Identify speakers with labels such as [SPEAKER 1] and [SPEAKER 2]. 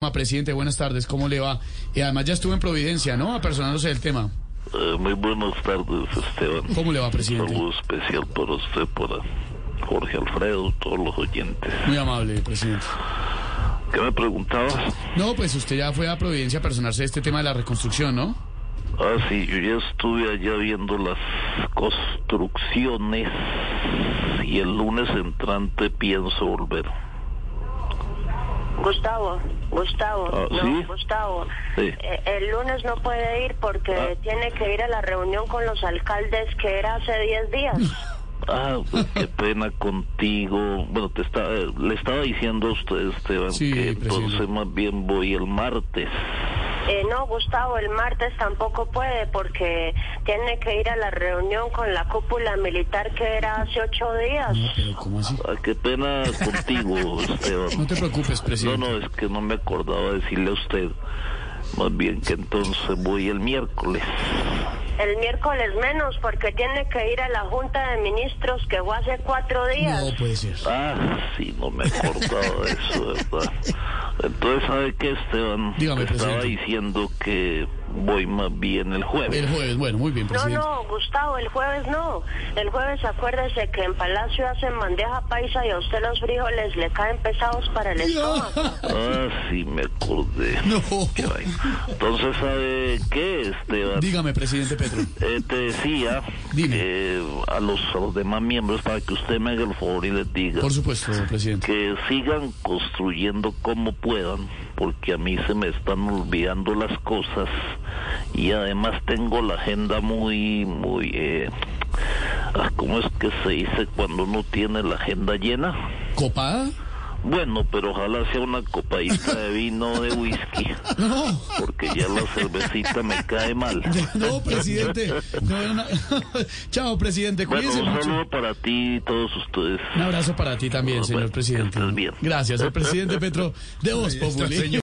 [SPEAKER 1] programa. Presidente, buenas tardes, ¿cómo le va? Y además ya estuvo en Providencia, ¿no? Apersonándose del tema.
[SPEAKER 2] Eh, muy buenas tardes, Esteban.
[SPEAKER 1] ¿Cómo le va, presidente?
[SPEAKER 2] Un saludo especial para usted, para Jorge Alfredo, todos los oyentes.
[SPEAKER 1] Muy amable, presidente.
[SPEAKER 2] ¿Qué me preguntabas?
[SPEAKER 1] No, pues usted ya fue a Providencia a personarse de este tema de la reconstrucción, ¿no?
[SPEAKER 2] Ah, sí, yo ya estuve allá viendo las construcciones y el lunes entrante pienso volver.
[SPEAKER 3] Gustavo, Gustavo,
[SPEAKER 2] Ah,
[SPEAKER 3] no,
[SPEAKER 2] ¿sí?
[SPEAKER 3] Gustavo.
[SPEAKER 2] Sí.
[SPEAKER 3] eh, el lunes no puede ir porque
[SPEAKER 2] Ah.
[SPEAKER 3] tiene que ir a la reunión con los alcaldes que era hace 10 días.
[SPEAKER 2] Ah, pues qué pena contigo. Bueno, te está, eh, le estaba diciendo a usted, Esteban,
[SPEAKER 1] Sí,
[SPEAKER 2] que
[SPEAKER 1] presidente.
[SPEAKER 2] entonces más bien voy el martes.
[SPEAKER 3] Eh, no, Gustavo, el martes tampoco puede porque tiene que ir a la reunión con la cúpula militar que era hace 8 días.
[SPEAKER 1] No, pero ¿cómo así?
[SPEAKER 2] Ah, qué pena contigo,
[SPEAKER 1] No
[SPEAKER 2] Esteban.
[SPEAKER 1] te preocupes,
[SPEAKER 2] No,
[SPEAKER 1] presidente.
[SPEAKER 2] no, es que no me acordaba decirle a usted. Más bien que entonces voy el miércoles.
[SPEAKER 3] El miércoles menos porque tiene que ir a la Junta de Ministros que fue hace 4 días.
[SPEAKER 1] No puede ser.
[SPEAKER 2] Ah, sí, no me acordaba de eso, ¿verdad? Entonces, ¿sabe qué, Esteban?
[SPEAKER 1] Dígame,
[SPEAKER 2] Te estaba
[SPEAKER 1] presidente.
[SPEAKER 2] diciendo que voy más bien el jueves.
[SPEAKER 1] El jueves, bueno, muy bien,
[SPEAKER 3] No,
[SPEAKER 1] presidente.
[SPEAKER 3] no, Gustavo, el jueves no. El jueves acuérdese que en Palacio hacen bandeja paisa y a usted los frijoles le caen pesados para el estómago.
[SPEAKER 2] Ah, sí, me acordé.
[SPEAKER 1] No.
[SPEAKER 2] Qué vaina. Entonces, ¿sabe qué, Esteban?
[SPEAKER 1] Dígame, presidente Petro.
[SPEAKER 2] Eh, te decía
[SPEAKER 1] Dime.
[SPEAKER 2] que a los, a los demás miembros para que usted me haga el favor y les diga
[SPEAKER 1] Por supuesto, presidente.
[SPEAKER 2] que sigan construyendo como puedan, porque a mí se me están olvidando las cosas y además tengo la agenda muy, muy, eh, ah, ¿cómo es que se dice cuando uno tiene la agenda llena?
[SPEAKER 1] ¿Copada?
[SPEAKER 2] Bueno, pero ojalá sea una copadita de vino o de whisky,
[SPEAKER 1] No,
[SPEAKER 2] porque ya la cervecita me cae mal.
[SPEAKER 1] no, presidente. No, no. Chao, presidente.
[SPEAKER 2] Bueno,
[SPEAKER 1] Cuídese
[SPEAKER 2] un
[SPEAKER 1] mucho.
[SPEAKER 2] saludo para ti y todos ustedes.
[SPEAKER 1] Un abrazo para ti también, señor
[SPEAKER 2] Bueno,
[SPEAKER 1] presidente.
[SPEAKER 2] estás bien.
[SPEAKER 1] Gracias, el presidente Petro de Voz Populi.